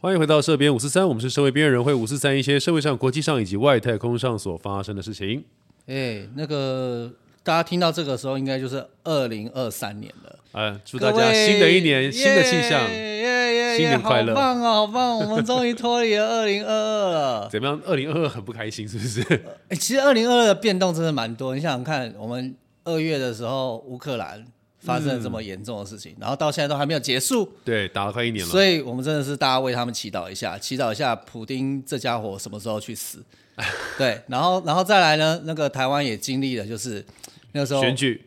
欢迎回到社编五四三，我们是社会边缘人会五四三一些社会上、国际上以及外太空上所发生的事情。哎、那个大家听到这个时候，应该就是二零二三年了。呃，祝大家新的一年新的气象。耶耶耶！新年快乐好棒哦，好棒！我们终于脱离了二零二 二了。怎么样？二零二二很不开心，是不是？ 哎、其实二零二二的变动真的蛮多。你想想看，我们二月的时候，乌克兰发生了这么严重的事嗯情，然后到现在都还没有结束，对，打了快一年了。所以我们真的是大家为他们祈祷一下，祈祷一下普丁这家伙什么时候去死。 对，然后然后再来呢，那个台湾也经历了，就是那个时候选举，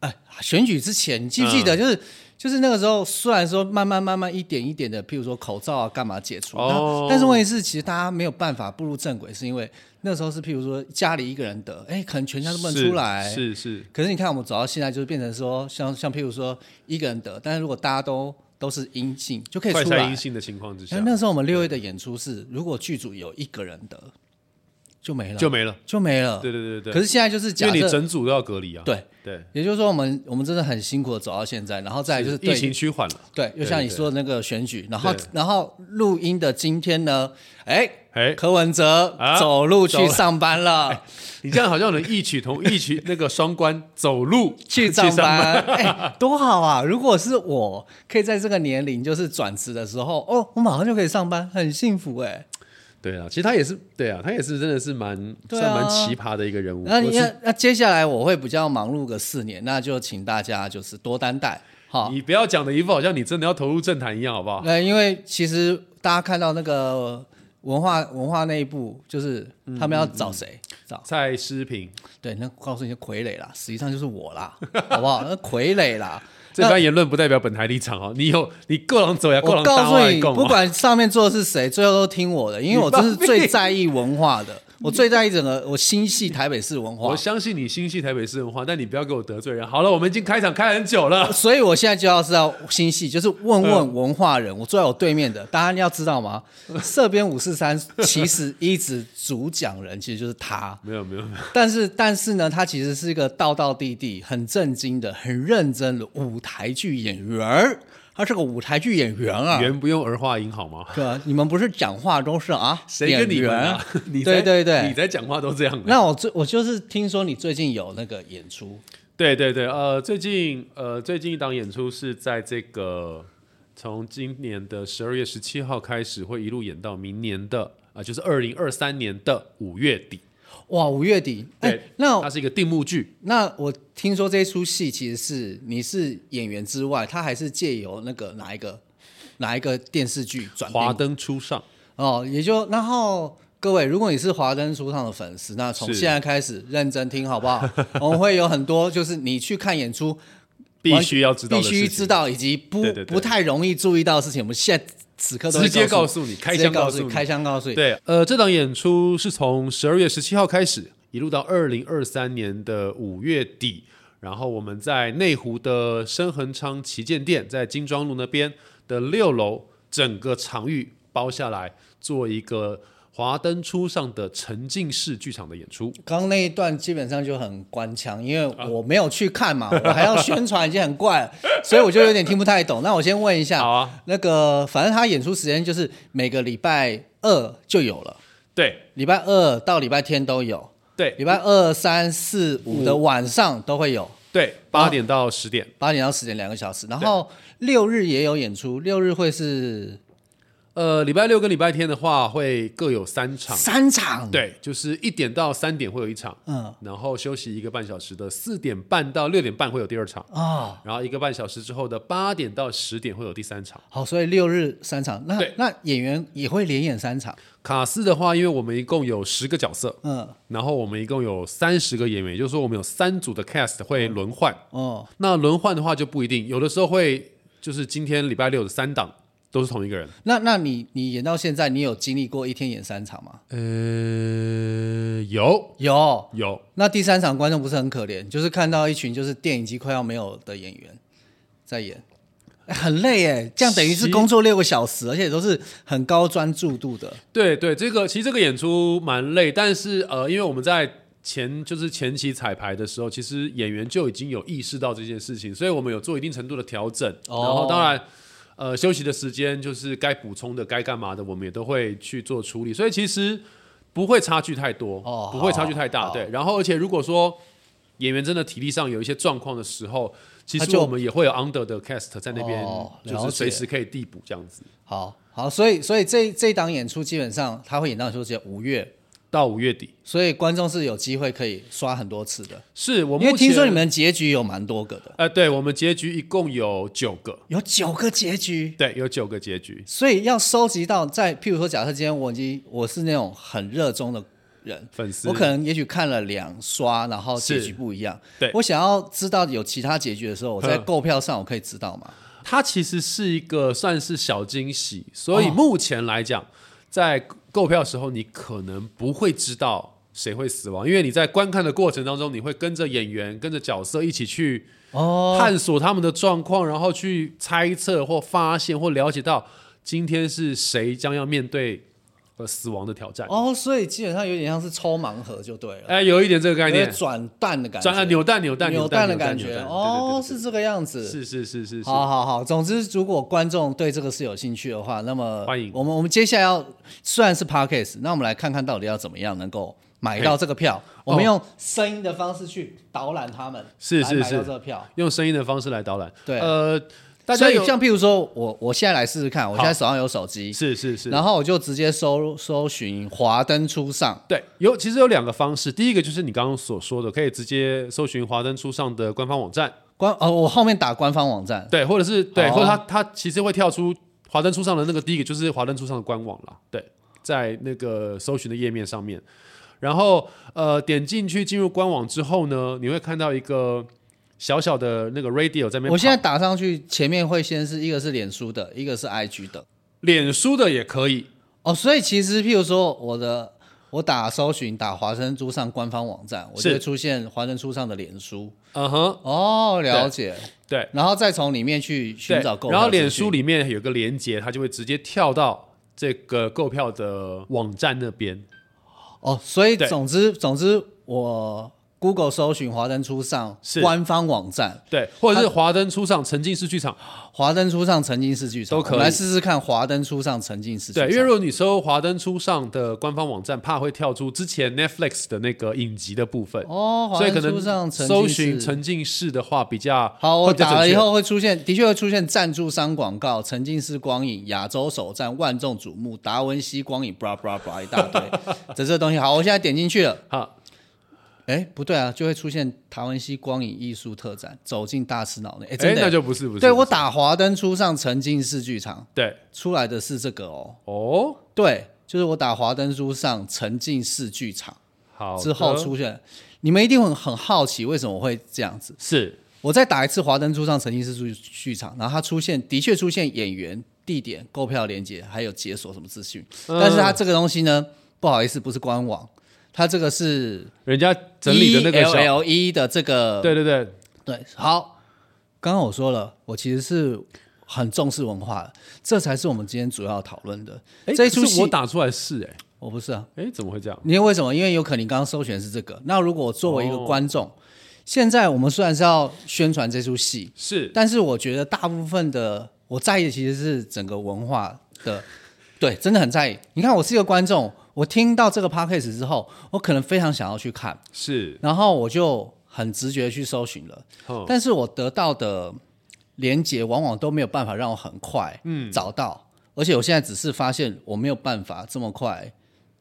哎，选举之前，你记嗯不记得？就是就是那个时候，虽然说慢慢慢慢一点一点的，譬如说口罩啊，干嘛解除，哦那但是问题是，其实大家没有办法步入正轨，是因为那时候是譬如说家里一个人得，哎，可能全家都不能是出来。是是，可是你看，我们走到现在，就是变成说，像像譬如说一个人得，但是如果大家都都是阴性，就可以快出赛来阴。性的情况之下那那时候我们六月的演出是，如果剧组有一个人得，就没了，就没了。就没了。对对对对可对，是现在就是假因为你设，整组都要隔离啊。对，对，也就是说，我们我们真的很辛苦的走到现在，然后再来就是对疫情趋缓了。对，又像你对对说的那个选举，然后对然后录音的今天呢，哎，哎，柯文哲啊走路走去了上班了，你这样好像能异曲同异曲那个双关，走路 去上班， 哎，多好啊！如果是我可以在这个年龄，就是转职的时候，哦，我马上就可以上班，很幸福哎。对啊，其实他也是对啊，他也是真的是蛮、对算啊蛮奇葩的一个人物。那我你是那那接下来我会比较忙碌个四年，那就请大家就是多担待，好，嗯你不要讲的一副好像你真的要投入政坛一样，好不好？那因为其实大家看到那个文化文化那一部，就是嗯他们要找谁？找蔡诗平对，那告诉你是傀儡啦，实际上就是我啦，好不好？那傀儡 啦，这番言论不代表本台立场哦。你有你够狼走呀，够我狼告搭诉外你，供不哦。管上面坐的是谁，最后都听我的，因为我真是最在意文化的，我最在意整个我心系台北市文化我，相信你心系台北市文化，但你不要给我得罪人。好了，我们已经开场开很久 了，所以我现在就要知道心系，就是嗯问问文化人，我坐在我对面的，大家你要知 道吗？社编五四三其实一直主讲人其实就是他，没有没有，没有但是但是呢，他其实是一个道道地地、很正经的、很认真的舞台剧演员儿，他是个舞台剧演员啊。缘不用儿化音好吗？对啊，你们不是讲话都是啊？谁跟你演们员啊？ 你对才对对你在讲话都这样。那我最我就是听说你最近有那个演出，对对对，呃，最近呃，最近一档演出是在这个从今年的十二月十七号开始，会一路演到明年的啊、呃就是二零二三年的五月底。哇，五月底。哎、对，它那是一个定目剧，那我听说这出戏其实是你是演员之外，他还是借由那个哪一个哪一个电视剧转《变华灯初上》。哦，也就然后各位，如果你是华灯初上的粉丝，那从是现在开始认真听好 不好？我们会有很多就是你去看演出必须要知道的必事情，须知道以及不对对对不太容易注意到的事情，我们现在此刻都会直接告告诉你，你开直接箱告诉你，你。开箱告诉你。对，呃，这档演出是从十二月十七号开始，一路到二零二三年的五月底。然后我们在内湖的深恒昌旗舰店，在金庄路那边的六楼，整个场域包下来，做一个华灯初上的沉浸式剧场的演出。刚刚那一段基本上就很官腔，因啊为我没有去看 嘛，我还要宣传已经很怪了，所以我就有点听不太懂。那我先问一下，好啊那个反正他演出时间就是每个礼拜二就有了，对礼拜二到礼拜天都有，对礼拜二、三、四、五的晚上都会有，对，八点到十点，八点到十点两个小时。然后六日也有演出，六日会是呃，礼拜六跟礼拜天的话会各有三场。三场，，对，就是一点到三点会有一场，嗯然后休息一个半小时的，四点半到六点半会有第二场，哦，然后一个半小时之后的八点到十点会有第三场。好，所以六日三场，那对那演员也会连演三场，卡斯的话，因为我们一共有十个角色，嗯，然后我们一共有三十个演员，也就是说我们有三组的 cast 会轮换。哦，那轮换的话就不一定，有的时候会就是今天礼拜六的三档都是同一个人。那那你你演到现在，你有经历过一天演三场吗？呃，有有。有，那第三场观众不是很可怜，就是看到一群就是电影机快要没有的演员在演，哎很累哎，这样等于是其工作六个小时，而且都是很高专注度的。对对，这个其实这个演出蛮累，但是呃，因为我们在前就是前期彩排的时候，其哦实演员就已经有意识到这件事情，所以我们有做一定程度的调整。然后当然，呃休息的时间，就是该补充的、该干嘛的，我们也都会去做处理。所以其实不会差距太多，哦不会差距太大。好对，然后而且如果说演员真的体力上有一些状况的时候，其他实就我们也会有 under 的 cast 在那边，哦就了是解随时可以递补这样子。好好，所以所以这这一档演出基本上他会演到就是五月，到五月底，所以观众是有机会可以刷很多次的。是我目因为前听说你们结局有蛮多个的，呃，对我们结局一共有九个，有九个结局，对，有九个结局。所以要收集到在，譬如说，假设今天我已经我是那种很热衷的人，粉丝我可能也许看了两刷，然后结是局不一样，对我想要知道有其他结局的时候，我在嗯购票上我可以知道嘛？它其实是一个算是小惊喜，所以目前来讲，在购票的时候，你可能不会知道谁会死亡，因为你在观看的过程当中，你会跟着演员、跟着角色一起去哦，探索他们的状况，然后去猜测或发现或了解到今天是谁将要面对呃死亡的挑战。哦，所以基本上有点像是抽盲盒就对了，哎，有一点这个概有点念，转蛋的感觉，转啊扭蛋扭蛋扭蛋的感觉，哦，是这个样子，是是是是是，好好好，总之，如果观众对这个是有兴趣的话，那么欢迎我们我们接下来要虽然是 podcast，那我们来看看到底要怎么样能够买到这个票。我们用声音的方式去导览他们，是来是买到是这个票。用声音的方式来导览。对呃，大家所以有像譬如说我我现在来试试看，我好现在手上有手机，是是是，然后我就直接搜搜寻华灯初上，对，有其实有两个方式，第一个就是你刚刚所说的，可以直接搜寻华灯初上的官方网站，官哦，我后面打官方网站。对，或者是对，哦或者它它其实会跳出华灯初上的那个第一个就是华灯初上的官网啦，对，在那个搜寻的页面上面，然后呃点进去进入官网之后呢，你会看到一个小小的那个 radio 在那边跑，我现在打上去，前面会先是一个是脸书的，一个是 IG 的。脸书的也可以，哦，所以其实譬如说我的，我打搜寻打华生珠上官方网站，我是就会出现华生珠上的脸书。嗯哼，哦，了解。对。然后再从里面去寻对，找购票然后脸资讯书里面有个连接，它就会直接跳到这个购票的网站那边。哦，所以对总之总之我 Google 搜寻华灯初上是官方网站，对，或者是华灯初上沉浸式剧场。华灯初上沉浸式剧场，都可以我们来试试看华灯初上沉浸式剧对，场。因为如果你搜华灯初上的官方网站，怕会跳出之前 Netflix 的那个影集的部分，哦，华所以可灯初能上沉浸搜寻式沉浸式的话比较好，我会比较打了准以确后会出现，的确会出现赞助商广告、沉浸式光影、亚洲首站、万众瞩目、达文西光影，blah blah blah 一大 堆，这这东西。好，我现在点进去了，好，哎，不对啊，就会出现达文西光影艺术特展，走进大师脑内。哎，哎真，的那耶，就不是不是，对不我是打华灯初上沉浸式剧场对出来的是这个哦，哦，对，就是我打华灯初上沉浸式剧场好之后的出现，你们一定很很好奇为什么会这样子。是我再打一次华灯初上沉浸式剧剧场，然后它出现的确出现演员、地点、购票链接，还有解锁什么资讯，嗯但是它这个东西呢，不好意思，不是官网，它这个是人家整理的那个小， L L E 的这个对对对，对好，刚刚我说了，我其实是很重视文化的，这才是我们今天主要讨论的。哎，这一可出是戏我打出来是哎我不是啊，哎，怎么会这样？因为为什么？因为有可能你刚刚搜寻的是这个，那如果我作为一个哦观众，现在我们虽然是要宣传这出戏，是但是我觉得大部分的我在意的其实是整个文化的， 对，真的很在意。你看，我是一个观众，我听到这个 podcast 之后，我可能非常想要去看，是，然后我就很直觉地去搜寻了，哦但是我得到的连接往往都没有办法让我很快找到，而且我现在只是发现我没有办法这么快。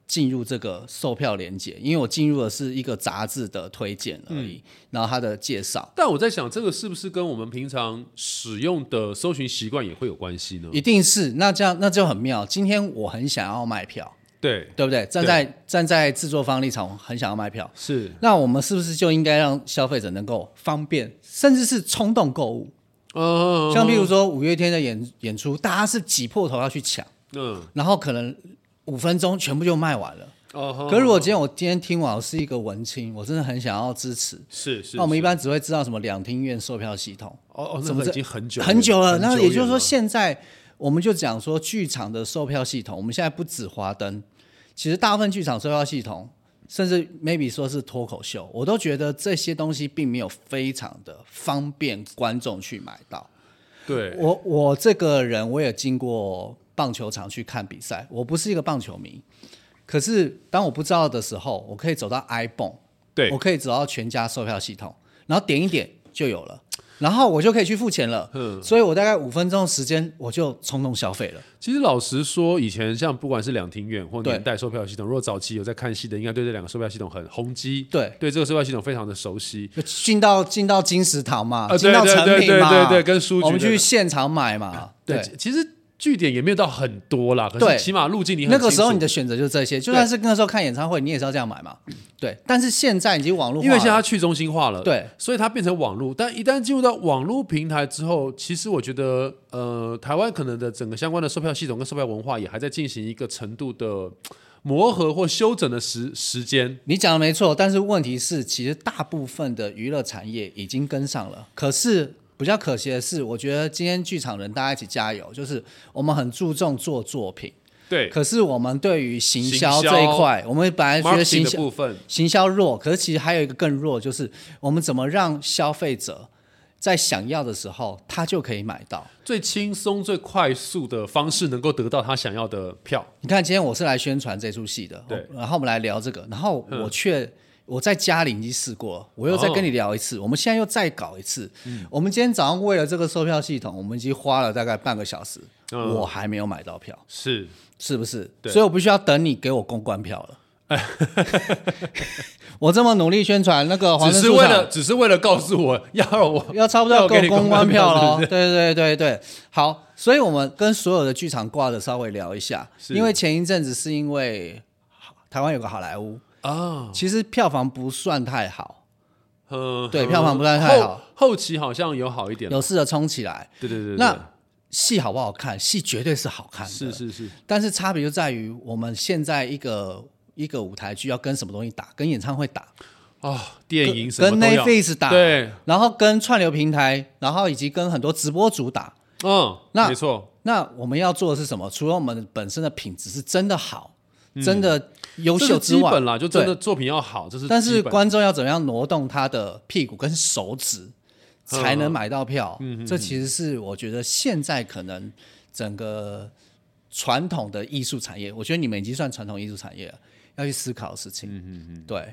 进入这个售票连接，因为我进入的是一个杂志的推荐而已，然后它的介绍，但我在想，这个是不是跟我们平常使用的搜寻习惯也会有关系呢？一定是，那这样那就很妙。今天我很想要卖票，对，对不对？站在站在制作方立场，我很想要卖票。是，那我们是不是就应该让消费者能够方便，甚至是冲动购物？嗯，哦像比如说五月天的演演出，大家是挤破头要去抢，嗯，然后可能五分钟全部就卖完了。哦，可是如果今天我今天听完我是一个文青，我真的很想要支持。是是，那我们一是般只会知道什么两厅院售票系统，哦哦，那怎么个已这经很久很久了。很那也就是远说，了现在我们就讲说，剧场的售票系统，我们现在不止华灯，其实大部分剧场售票系统，甚至 maybe 说是脱口秀，我都觉得这些东西并没有非常的方便观众去买到。对，我我这个人我也经过棒球场去看比赛，我不是一个棒球迷，可是当我不知道的时候，我可以走到 iBon，对我可以走到全家售票系统，然后点一点就有了，然后我就可以去付钱了。嗯所以我大概五分钟的时间我就冲动消费了。其实老实说，以前像不管是两厅院或对年代售票系统，如果早期有在看戏的，应该对这两个售票系统很轰击，对，对这个售票系统非常的熟悉。就进到进到金石堂嘛，啊对进到成品嘛，对对对对跟书局我们那去个现场买嘛。对，其其实据点也没有到很多啦，可对是起码路径你很那个时候清你楚的选择就是这些，就算是那时候看演唱会，你也是要这样买嘛。对，但是现在已经网络化因为了，现在它去中心化了，对，所以它变成网络。但一旦进入到网络平台之后，其实我觉得，呃，台湾可能的整个相关的售票系统跟售票文化也还在进行一个程度的磨合或修整的时时间。你讲的没错，但是问题是，其实大部分的娱乐产业已经跟上了，可是。比较可惜的是，我觉得今天剧场人大家一起加油，就是我们很注重做作品，对可是我们对于行销行销这一块，我们本来觉得行，marketing 的销部分，行销弱，可是其实还有一个更弱，就是我们怎么让消费者在想要的时候，他就可以买到。最轻松、最快速的方式能够得到他想要的票。你看，今天我是来宣传这出戏的，对嗯然后我们来聊这个，然后我却、我在家里已经试过了，我又再跟你聊一次，我们现在又再搞一次。嗯我们今天早上为了这个售票系统，我们已经花了大概半个小时，嗯我还没有买到票，是，是不是？对所以我必须要等你给我公关票 了。我这么努力宣传，那个黄只仁是书为场了，只是为了告诉我要 我要差不多要要我给给你我公公关关票喽。是对对对对，好，所以我们跟所有的剧场挂的稍微聊一下，是因为前一阵子是因为台湾有个好莱坞，啊，其实票房不算太好，嗯，对嗯票房不太太好后后期好像有好一点了。有试着冲起来。对对对，对那戏好不好看？戏绝对是好看的，是是是，但是差别就在于我们现在一个一个舞台剧要跟什么东西打，跟演唱会打，啊，电影什么跟都要 Netflix 打，对，然后跟串流平台，然后以及跟很多直播主打。嗯，那没错，那我们要做的是什么？除了我们本身的品质是真的好、真的优嗯这秀是之基外，本啦，就真的对。作品要好，这是但是基本观众要怎么样挪动他的屁股跟手指，才能买到票？嗯这其实是我觉得现在可能整个传统的艺术产业，我觉得你们已经算传统艺术产业了，要去思考的事情。嗯嗯嗯，对，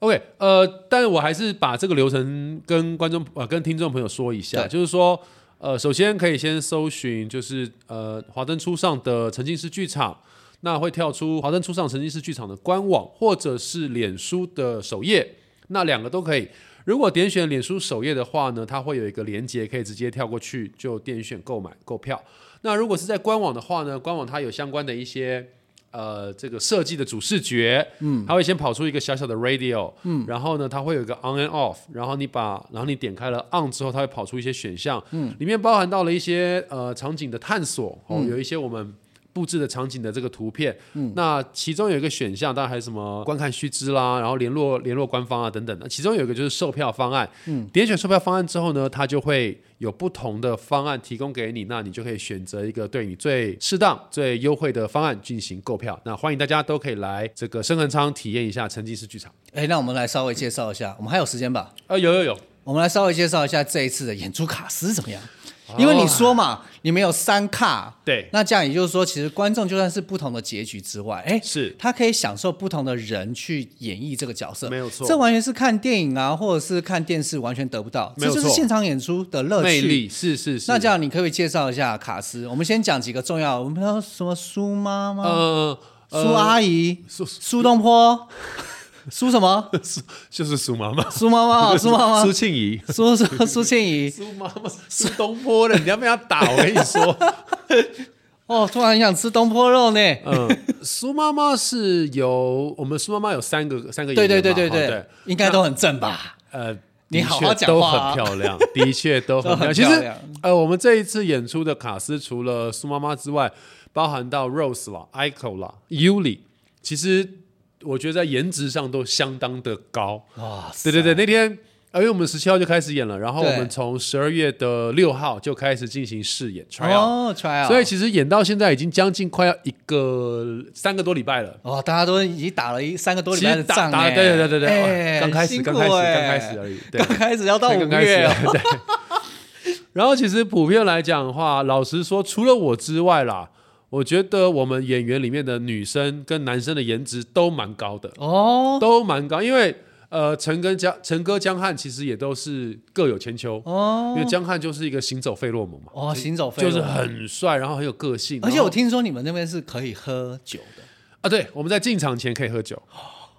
OK，呃，但是我还是把这个流程跟观众呃跟听众朋友说一下，对就是说，呃，首先可以先搜寻就是呃华灯初上的沉浸式剧场，那会跳出华灯初上沉浸式剧场的官网或者是脸书的首页，那两个都可以。如果点选脸书首页的话呢，它会有一个连接，可以直接跳过去就点选购买购票。那如果是在官网的话呢，官网它有相关的一些呃这个设计的主视觉，嗯，它会先跑出一个小小的 radio，嗯，然后呢，它会有一个 on and off，然后你把然后你点开了 on 之后，它会跑出一些选项，嗯，里面包含到了一些呃场景的探索，哦，有一些我们。布置的场景的这个图片，嗯，那其中有一个选项，当然还有什么观看须知啦，然后联络联络官方啊等等的。那其中有一个就是售票方案，嗯，点选售票方案之后呢，它就会有不同的方案提供给你，那你就可以选择一个对你最适当、最优惠的方案进行购票。那欢迎大家都可以来这个深恒昌体验一下沉浸式剧场。哎，那我们来稍微介绍一下，我呃们还有时间吧？啊，有有有，我们来稍微介绍一下这一次的演出卡司怎么样？因为你说嘛，你们有三卡，哦对那这样也就是说，其实观众就算是不同的结局之外，哎，是他可以享受不同的人去演绎这个角色，没有错这完全是看电影啊，或者是看电视完全得不到，没有这错就是现场演出的乐魅趣。力是是是。那这样，你可不可以介绍一下卡司？我们先讲几个重要，我们说什么苏妈妈、呃，苏阿姨、苏苏东坡、 苏什么、苏就是苏妈妈，苏妈 妈、苏妈妈苏、庆怡。苏苏苏庆怡。苏妈 妈是东坡的，你要被他打，我跟你说。 哦，突然很想吃东坡肉呢。嗯，苏妈妈是由我们苏妈妈有三个三个演对员对嘛对对哈对，应该都很正吧？呃，你的好确好讲都话啊很漂亮，的确都很 都很其漂实亮呃，我们这一次演出的卡斯除了苏妈妈之外，包含到 Rose 啦、Ico 啦、Yuli，其实我觉得在颜值上都相当的高。哇，对对对，那天。呃因为我们十七号就开始演了，然后我啊对们从十二月的六号就开始进行试演 try out，、哦，try out，所以其实演到现在已经将近快要一个三个多礼拜了。哦，大家都已经打了一三个多礼其拜实的打仗打哎，对对对对对，哎哦刚开辛始苦刚开始刚哎开始而已，对啊刚，开始要到五才啊刚开始月哦，对。 然后其实普遍来讲的话，老实说，除了我之外啦，我觉得我们演员里面的女生跟男生的颜值都蛮高的，哦都蛮高。因为呃，陈跟江陈哥江汉其实也都是各有千秋，因哦为江汉就是一个行走费洛蒙嘛，哦，行走飞就轮是，很帅，然后很有个性。而且然后我听说你们那边是可以喝酒的，啊，对，我们在进场前可以喝酒。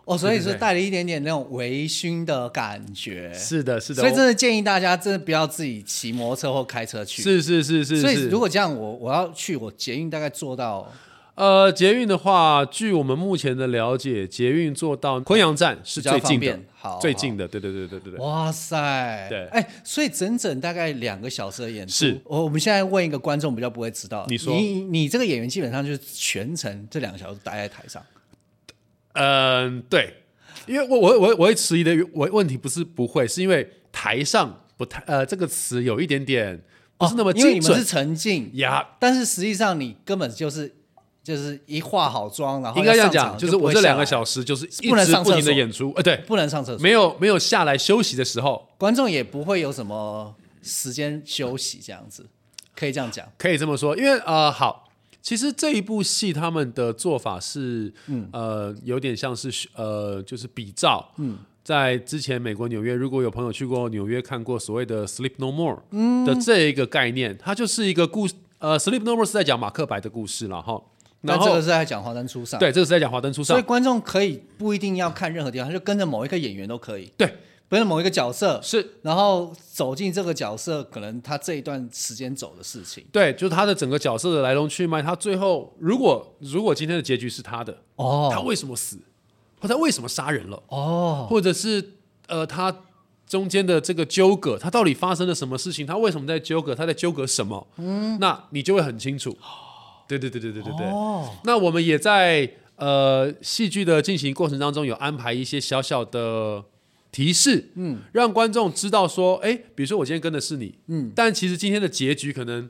哦，所以对对是对带了一点点那种微醺的感觉，是的，是的，所以我真的建议大家真的不要自己骑摩托车或开车去。是是是是。所以是如果这样，我我要去，我捷运大概坐到呃，捷运的话，据我们目前的了解，捷运坐到昆阳站是比较最方近的便，，好，最近的，对对对对对对。哇塞，对哎、所以整整大概两个小时的演出。是我我们现在问一个观众比较不会知道，你说你你这个演员基本上就是全程这两个小时待在台上，嗯，对，因为我我我我会迟疑的，我问题不是不会，是因为台上不太呃这个词有一点点不是那么哦因精为你们准是沉浸，呀。但是实际上你根本就是就是一化好妆，然后应该这样要上讲，场就是我这两个时小时就是一不能直上不厕停的所演出，呃，对，不能上厕所，没有没有下来休息的时候，观众也不会有什么时间休息这样子，可以这样讲。可以这么说，因为呃，好，其实这一部戏他们的做法是，嗯呃，有点像是呃，就是比照，嗯，在之前美国纽约，如果有朋友去过纽约看过所谓的《Sleep No More》的嗯这一个概念，它就是一个故事，呃，《Sleep No More》是在讲马克白的故事了哈，那然这个后是在讲《华灯初上》，，对，这个是在讲华灯初所以上，观众可以不一定要看任何地方，他就跟着某一个演员都可以，对，跟着某一个角色，是然后走进这个角色，可能他这一段时间走的事情。对，就是他的整个角色的来龙去脉，他最后如果如果今天的结局是他的，他哦为什么死，或他为什么杀人了，哦，或者是呃他中间的这个纠葛，他到底发生了什么事情，他为什么在纠葛，他在纠葛什么，嗯，那你就会很清楚。对对对对对对对。哦那我们也在呃戏剧的进行过程当中有安排一些小小的提示，嗯，让观众知道说，哎，比如说我今天跟的是你，嗯，但其实今天的结局可能，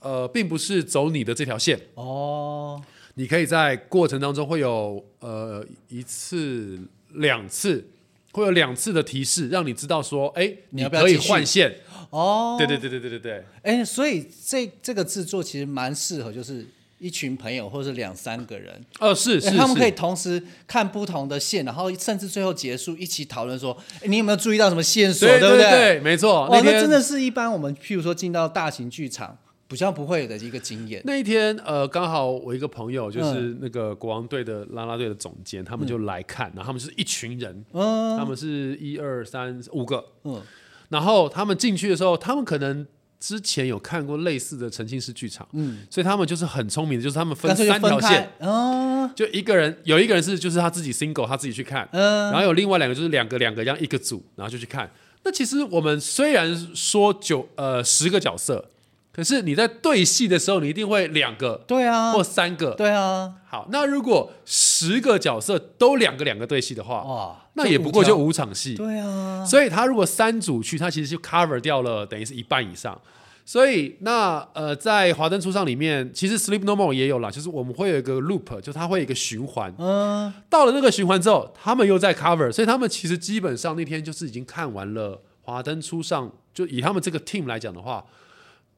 呃，并不是走你的这条线，哦，你可以在过程当中会有呃一次、两次，会有两次的提示，让你知道说，哎，你要不要可以继续换线？哦，对对对对对对对，哎，所以这这个制作其实蛮适合，就是一群朋友或者是两三个人，哦，是是哎他们可以是，同时看不同的线，然后甚至最后结束一起讨论说，哎，你有没有注意到什么线索，对不对？对，没错，哦，那天真的是一般我们譬如说进到大型剧场比较不会有的一个经验。那一天，呃，刚好我一个朋友嗯就是那个国王队的啦啦队的总监，他们就来看，然后他们是一群人，嗯他们是一二三四五个，嗯，然后他们进去的时候，他们可能之前有看过类似的沉浸式剧场，嗯，所以他们就是很聪明的，就是他们分干脆就三条分线开。，嗯就一个人，有一个人是就是他自己 single，他自己去看，嗯，然后有另外两个就是两个两个这样一个组，然后就去看。那其实我们虽然说九呃十个角色，可是你在对戏的时候，你一定会两个对啊，或三个。对啊，好，那如果十个角色都两个两个对戏的话，哇，那也不过就五五场戏。条对啊，所以他如果三组去，他其实就 cover 掉了，等于是一半以上。所以那呃，在《华灯初上》里面，其实《Sleep No More》也有啦，就是我们会有一个 loop，就它会有一个循环。嗯，到了那个循环之后，他们又在 cover，所以他们其实基本上那天就是已经看完了《华灯初上》，就以他们这个 team 来讲的话，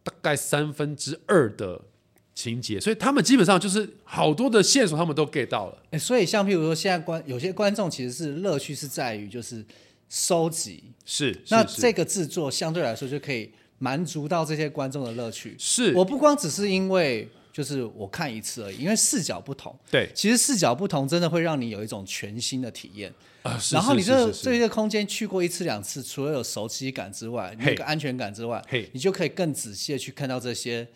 大概三分之二的情节，所以他们基本上就是好多的线索他们都 get 到了。哎，所以像譬如说现在观有些观众其实是乐趣是在于就是收集，是，那是这个制作相对来说就可以满足到这些观众的乐趣。是我不光只是因为就是我看一次而已，因为视角不同，对其实视角不同真的会让你有一种全新的体验。啊，是然后是你是这是是这个空间去过一次两次，除了有熟悉感之外，嘿有个安全感之外嘿，你就可以更仔细的去看到这些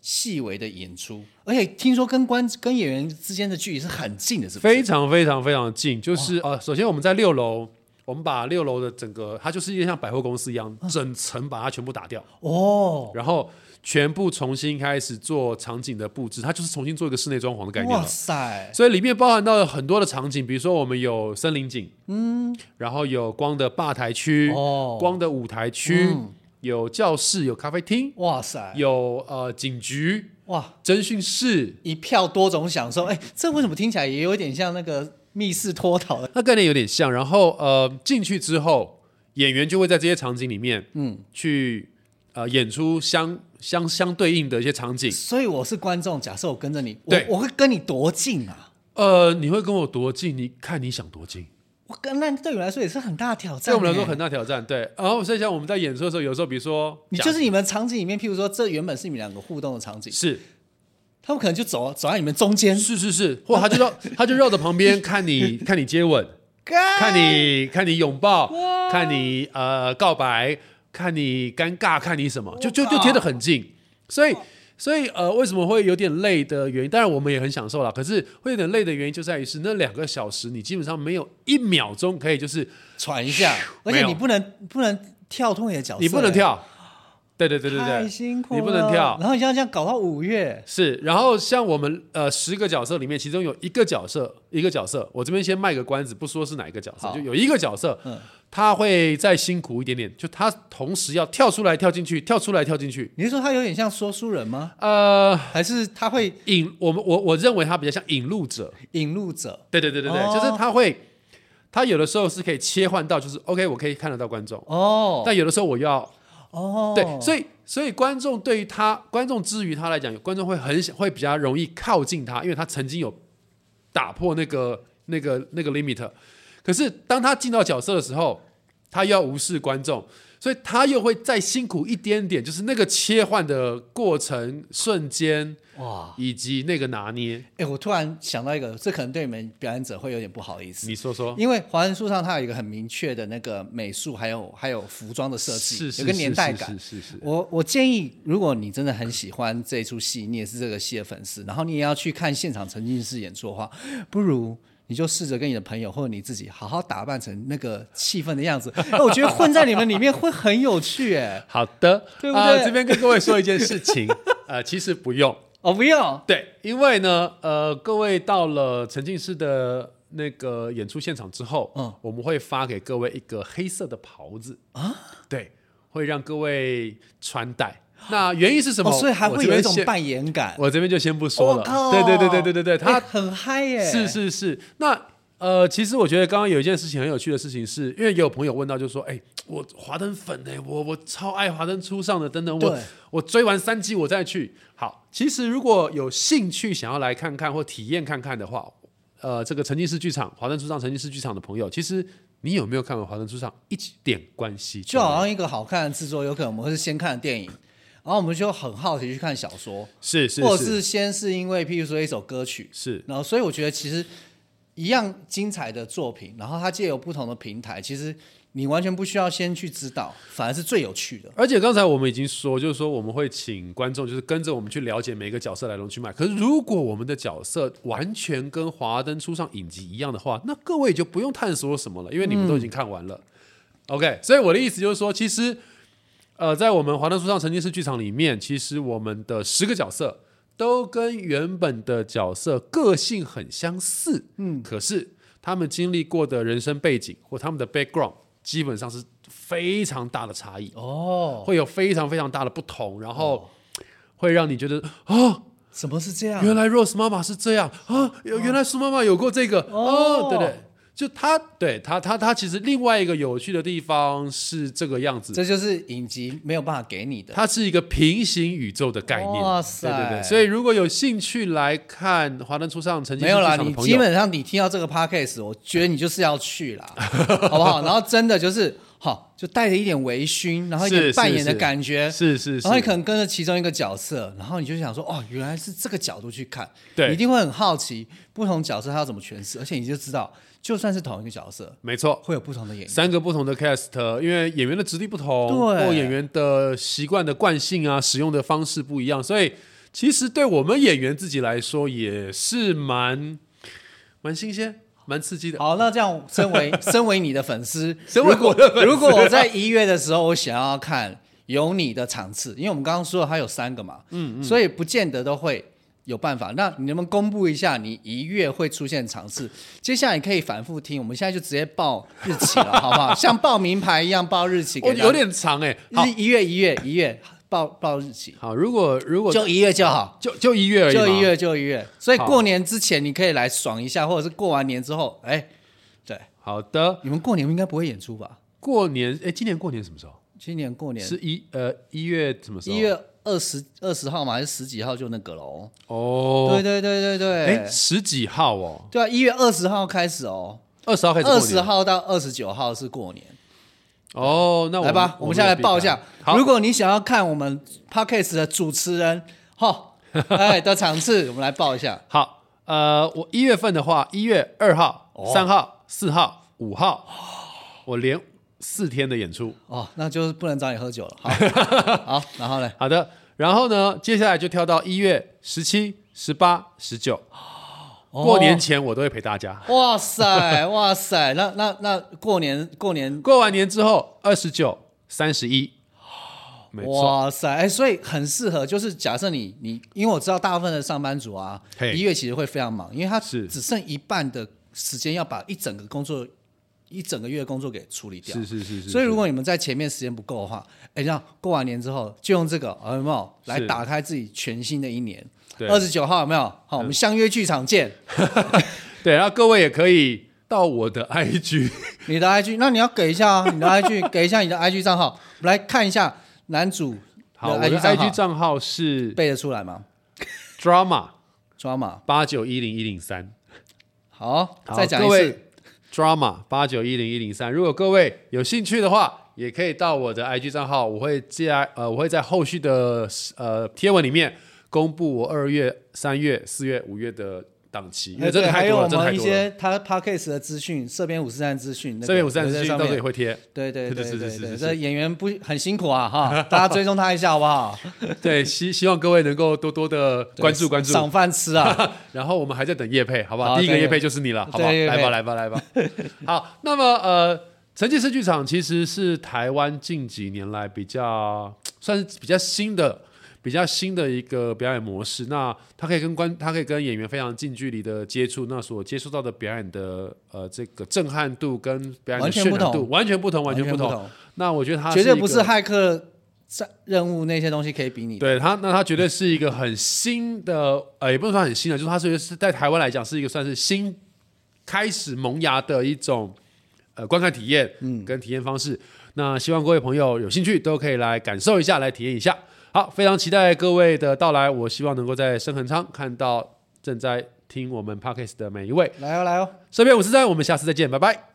细微的演出。而且听说跟观跟演员之间的距离是很近的，是不是？非常非常非常近，就是呃，首先我们在六楼，我们把六楼的整个，它就是一个像百货公司一样，嗯整层把它全部打掉，哦，然后全部重新开始做场景的布置，它就是重新做一个室内装潢的概念哇了。塞，所以里面包含到了很多的场景，比如说我们有森林景，嗯，然后有光的吧台区，哦嗯光的舞台区，有教室，有咖啡厅，哇塞，有呃警局、哇！侦讯室，一票多种享受。哎，这为什么听起来也有点像那个密室脱逃的？那概念有点像。然后呃，进去之后，演员就会在这些场景里面，嗯，去呃演出相相相对应的一些场景。所以我是观众，假设我跟着你，我对我会跟你多近啊？呃，你会跟我多近？你看你想多近？我跟那对我来说也是很大的挑对战、欸。我们来说很大挑战。对，然后所以像我们在演出的时候，有时候比如说，你假就是你们场景里面，譬如说这原本是你们两个互动的场景，是他们可能就走走在你们中间，是是是，或他就绕 他就绕着旁边看你看你接吻，看哎你看你拥抱，看你呃告白，看你尴尬，看你什么，就就就贴得很近，所哦以。所以，呃，为什么会有点累的原因，当然我们也很享受啦。可是会有点累的原因，就在于是那两个小时，你基本上没有一秒钟可以就是喘一下，没而且有你不能不能跳脱你的角色、你不能欸，跳，对对对对对，太辛苦了，你不能跳，然后你像这样搞到五月，是，然后像我们呃十个角色里面，其中有一个角色，一个角色，我这边先卖个关子，不说是哪一个角色，好就有一个角色，嗯他会再辛苦一点点，就他同时要跳出来、跳进去、跳出来、跳进去。你是说他有点像说书人吗？呃，还是他会引我们我我认为他比较像引路者，引路者？对对对对对，哦就是他会，他有的时候是可以切换到，就是 OK，我可以看得到观众，哦但有的时候我要哦，对，所以所以观众对于他，观众之于他来讲，观众会很想会比较容易靠近他，因为他曾经有打破那个那个那个 limit。可是当他进到角色的时候，他又要无视观众，所以他又会再辛苦一点点，就是那个切换的过程、瞬间哇，以及那个拿捏。哎、我突然想到一个，这可能对你们表演者会有点不好意思，你说说，因为华人树上它有一个很明确的那个美术，还有还有服装的设计，是是有个年代是感。是是是是，我我建议，如果你真的很喜欢这一出戏，你也是这个戏的粉丝，然后你也要去看现场沉浸式演出的话，不如你就试着跟你的朋友或者你自己好好打扮成那个气氛的样子。哎，我觉得混在你们里面会很有趣，哎，好的，对不呃对这边跟各位说一件事情， 呃，其实不用。哦，不用，对，因为呢，呃，各位到了沉浸式的那个演出现场之后，嗯嗯，我们会发给各位一个黑色的袍子啊，对，会让各位穿戴。那原因是什么？哦，所以还我这会有边一种先扮演感。我这边就先不说了我。靠对对对对对对对，他哎很嗨耶，是是是，那呃，其实我觉得刚刚有一件事情很有趣的事情是，因为也有朋友问到，就说，哎、我华灯粉哎、我我超爱华灯初上的，等等，我对我追完三季我再去。好，其实如果有兴趣想要来看看或体验看看的话，呃，这个沉浸式剧场、华灯初上沉浸式剧场的朋友，其实你有没有看过华灯初上，一点关系就都没好有像一个好看的制作，有可能我们是先看电影，然后我们就很好奇去看小说，是是或者是是先是因为譬如说一首歌曲，是然后所以我觉得其实一样精彩的作品，然后它借由不同的平台，其实你完全不需要先去知道，反而是最有趣的。而且刚才我们已经说，就是说我们会请观众，就是跟着我们去了解每个角色来龙去脉。可是如果我们的角色完全跟《华灯初上》影集一样的话，那各位就不用探索什么了，因为你们都已经看完了。OK，所以我的意思就是说，其实呃，在我们《华灯初上》沉浸式剧场里面，其实我们的十个角色都跟原本的角色个性很相似，嗯，可是他们经历过的人生背景或他们的 background 基本上是非常大的差异。哦，会有非常非常大的不同，然后会让你觉得哦，怎么是这样？原来 Rose 妈妈是这样啊，有原来苏妈妈有过这个哦哦，对对，就她对她她她其实另外一个有趣的地方是这个样子，这就是影集没有办法给你的。它是一个平行宇宙的概念，哇塞对对对，所以如果有兴趣来看《华灯初上》曾经没有啦，的你朋基友，本上你听到这个 podcast，我觉得你就是要 去啦，好不好？然后真的就是好，就带着一点微醺，然后一点是扮演的是感觉，是是是然后你可能跟着其中一个角色，然后你就想说，哦，原来是这个角度去看，对你一定会很好奇不同角色他要怎么诠释，而且你就知道，就算是同一个角色，没错。会有不同的演绎。三个不同的 cast，因为演员的质地不同，对或演员的习惯的惯性啊，使用的方式不一样，所以其实对我们演员自己来说也是蛮蛮新鲜、蛮刺激的。好，那这样，身为 身为你的粉丝，身为我的粉丝如果如果我在一月的时候，我想要看有你的场次，因为我们刚刚说了它有三个嘛，嗯嗯，所以不见得都会有办法。那你能不能公布一下你一月会出现场次？接下来你可以反复听，我们现在就直接报日期了，好 不好？像报名牌一样报日期给我大家，有点长哎、好是一月一月一月报报日期，好，如果如果就一月就好，就就一月而已嘛就一月就一月。所以好过年之前你可以来爽一下，或者是过完年之后，哎，对。好的，你们过年应该不会演出吧？过年哎，今年过年什么时候？今年过年哦是一呃一月什么时候？一月二十二十号嘛，还是十几号就那个喽？哦，对对对对哎，对，十几号哦，对啊，一月二十号开始哦，二十号开始过二年，十号到二十九号是过年。哦，那我来吧，我们现在来报一下。好，如果你想要看我们 podcast 的主持人哈，哎的场次，我们来报一下。好，呃，我一月份的话，一月二号、三、号、四号、五号，我连四天的演出。哦，那就是不能找你喝酒了。 好，好，然后呢？好的，然后呢，接下来就跳到一月十七、十八、十九，哦过年前我都会陪大家。哇塞，哇塞，那那那过年过年，过完年之后，二十九、三十一，没错，哇塞，哎，所以很适合，就是假设你你，因为我知道大部分的上班族啊，嘿一月其实会非常忙，因为他是只剩一半的时间要把一整个工作一整个月的工作给处理掉。是是是是。所以如是果你们在前面时间不够的话，哎，让过完年之后就用这个，哦、有没有来是打开自己全新的一年？对嗯二十九号有没有？好，我们相约剧场见。对，然后各位也可以到我的 IG，你的 IG，那你要给一下啊，你的 IG，给一下你的 IG 账号，我们来看一下男主好，我的 IG 账 IG 号账号是背得出来吗？ drama 抓嘛，八九一零一零三。好，好再讲一各次。位 drama 八九一零一零三，如果各位有兴趣的话，也可以到我的 IG 账号，我会在呃我会在后续的呃贴文里面公布我二月、三月、四月、五月的档期，因为哎真的对还太有多我了，真的们太一多了。些他 podcast 的资讯，这边五十三资讯，那个这边有三都十在讯上到时候面也会贴，对对对是是对是是对，是这演员不很辛苦啊 哈，大家追踪他一下好不好？对，希希望各位能够多多的 关注关注。赏饭吃啊。然后我们还在等叶配，好不好好？第一个对叶配就是你了，好不好？对业来吧，配来吧，来 吧。好，那么呃，陈记式剧场其实是台湾近几年来比较算是比较新的。比较新的一个表演模式，那它可以跟观，它可以跟演员非常近距离的接触，那所接触到的表演的呃这个震撼度跟表演的完全渲不染度同完全不 同，完全不同。，那我觉得它绝对一不个是骇客战任务那些东西可以比拟的。对他，那他绝对是一个很新的，呃，也不能说很新的，就是他是是在台湾来讲是一个算是新开始萌芽的一种呃观看体验，嗯，跟体验方式。那希望各位朋友有兴趣都可以来感受一下，来体验一下。好，非常期待各位的到来，我希望能够在深恒昌看到正在听我们 podcast 的每一位。来哦，来哦。这边我是在，我们下次再见，拜拜。